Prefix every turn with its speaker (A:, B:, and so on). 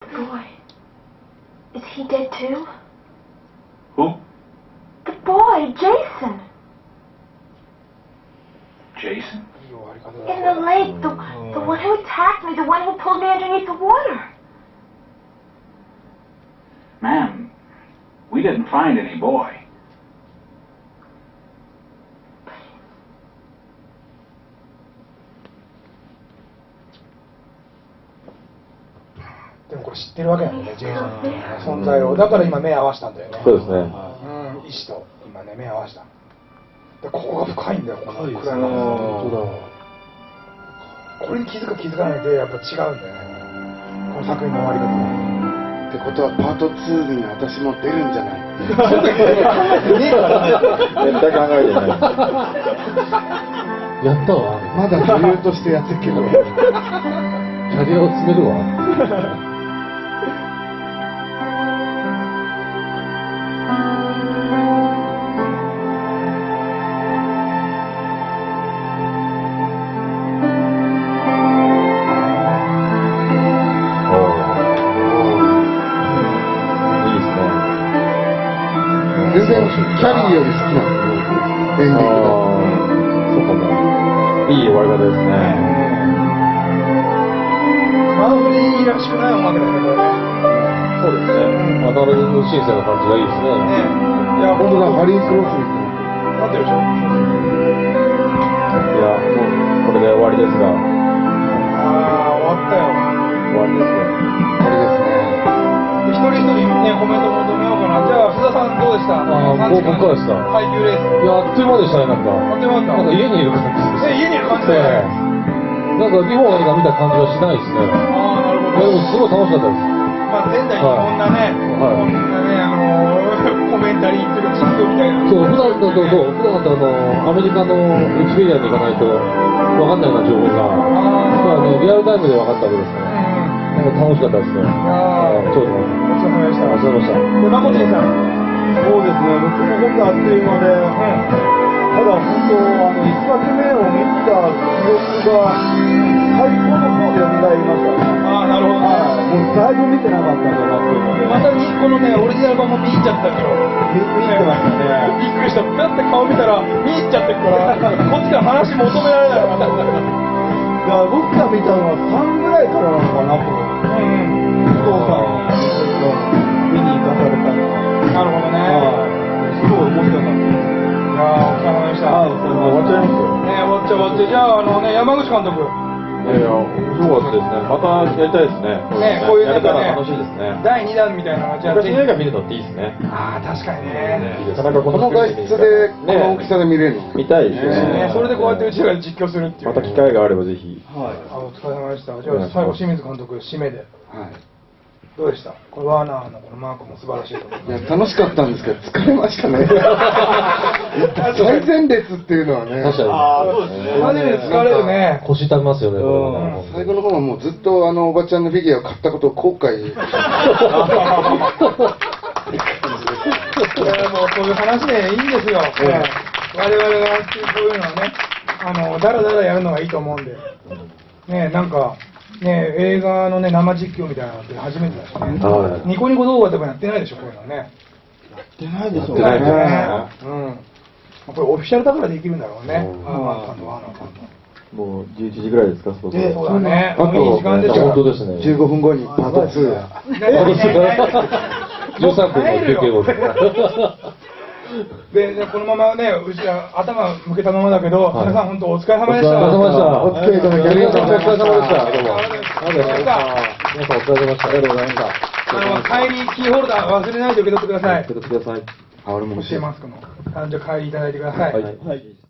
A: Boy. Is he dead too?
B: Who?
A: The boy, Jason.
B: Jason?
C: 終わり方
A: In the lake, the, the one who attacked me, the one who pulled me underneath the water.
B: Ma'am, we didn't find any boy.
C: でもこれ知ってるわけなんだよね、ジェイソンの存在
D: う
C: を。
D: ん
C: だから今目合わせたんだよね。
D: そうですね。
C: うん、意志と今ね、目合わせた。でここが深いんだよ、この
E: 深いです
C: 暗
E: ね
C: い
D: 本当
C: の。これに気づく気づかないでやっぱ違うんだよね。この作品の終わり方が。
E: ってことはパート2に私も出るんじゃない
C: ねえから
D: 絶対考えてない。
F: やったわ。
E: まだ女優としてやってるけどは
F: キャリアを詰めるわ。
D: おーいいですね。そ
E: 全然キャリーより好きなんですよエンディングが
D: うかも。いい終わり方ですね。
C: マウリーらしくない音楽だね、これね。
D: そうですね。渡辺君のシンセの感じがいいです
C: ねい
D: ね。
C: や、
E: 本
C: 本
E: 当
C: 当だ、
E: だハ
C: ハ
E: リ
C: リー。
E: ー・クロスみたいな
C: なってるでしょ。
D: いや、もうこれで終わりですが、
C: ああ、終わったよ。
D: 終わりですね。
E: あれですね
C: 一人一人ね、コメントも止めようかな。じゃあ、福田さんどうでした
D: あー
C: 3時間
D: 僕はですか
C: 階級レース。
D: いや、あっという間でしたね、なんか。
C: あっという間だった
D: なんか。家にいる感じ
C: え、家にいる感じ
D: え
C: だよね。
D: えなんか、ビフォー何か見た感じはしないですね。
C: ああ、なるほ
D: いや、
C: ど
D: でも。すごい楽しかったです。
C: まあ、前代にこんなね、
D: は
C: こん
D: い
C: なね、あのー、 コメンタリーというか、実況みたいな。
D: そう、普段だと、そう、普段だと、あの、アメリカのウィキペディアに行かないと、わかんないような情報
C: あ
D: が、まあ
C: ー
D: ね、リアルタイムでわかったわけですね。
C: うん
D: なんか楽しかったですね。
C: あー
D: ちょうど。
C: お疲れ様でし
D: あ、そ
C: た。
D: うでした。
C: で、まこちんさん。
G: そうですね、僕も本当あっという間で、ただ本当、あの一作目を見た記憶が最高の方で蘇りましたね。はい、もうだいぶ
C: ああ、なるほどね。
G: 見てなかったんだなっていうので、
C: でまたにこのね、オリジナル版も見入っちゃったのよ。
G: 見見てましたね。
C: びっくりした。だって顔見たら、見入っちゃってるから、こっちから話求められないから。
G: だから僕が見たのは3ぐらいからなのかなと思って、お父さ
C: うんうん。
G: んの見に行かされたのは、
C: なるほ
G: は
C: どね。
G: い、すごい面白かったです。
C: いやーお疲れ様でした。
G: はい、それも終わっちゃいましたよ。
C: ね、終わっちゃう終わっちゃう。じゃあ、あのね、山口監督。
D: いやいや、面白かったですね。またやりたいですね。
C: ねこういう
D: や
C: なんか
D: れた
C: ね
D: ら楽しいですね。
C: 第2弾みたいなのが、じゃあ、
D: 昔
C: ぜひ。
D: の映画見るのっていいですね。
C: ああ、確かにね。
D: なかなか
E: この画質でこの大きさで見れるの
D: 見たいです
C: ね
D: ね。
C: それでこうやってうちらが実況するっていう。
D: また機会があればぜひ。
C: あお疲れ様でした。じゃあ、最後、清水監督、締めで。
E: はい
C: どうでしたこれ、ワーナーのこのマークも素晴らしいと思い
E: い
C: ま
E: や楽しかったんですけど疲れまし たね最前列っていうのはね
D: 確か
G: あそうです
C: す。マジで疲れるね
D: に。。腰痛みますよね、
C: うん
D: これ
E: 最後の頃はもうずっとあのおばちゃんのフィギュアを買ったことを後悔
C: いやもうこういう話でいいんですよ、
E: え
C: 我々がこういうのはねあのだらだらやるのがいいと思うんでねなんかね映画のね生実況みたいなのって初めてだしね、
D: はい
C: ニコニコ動画とかやってないでしょこういうのね
E: 出ないでしょ
D: やってないね
C: うんこれオフィシャルだからできるんだろうね、
D: うん
C: あーワンさんとワーナーさんと
D: もう11時ぐらいですか、そう
C: えそうだね
E: あと
C: もういい時間ですよ
D: 本当ですね。
E: 15分後にパート2だ
C: ねね
D: 十三分の休憩を。
C: でねこのままねうちは頭向けたままだけど、
D: い
C: 皆さん本当お疲れ
D: お疲
C: 様で
D: れ
C: した
D: 様でした。
E: お付き合いいただきありがとうご
C: お疲れ様でした
D: お疲れ様でした。どうも。皆さんお疲れ様
E: ざいました
D: でした。ありがとうございました。
C: あの帰りキーホルダー忘れないで受け取ってください
D: 受け取ってください。
E: あ俺も
C: 教
E: 欲し
C: え
E: い
C: マスクの。あじゃあ帰りいただいてください。
D: はい。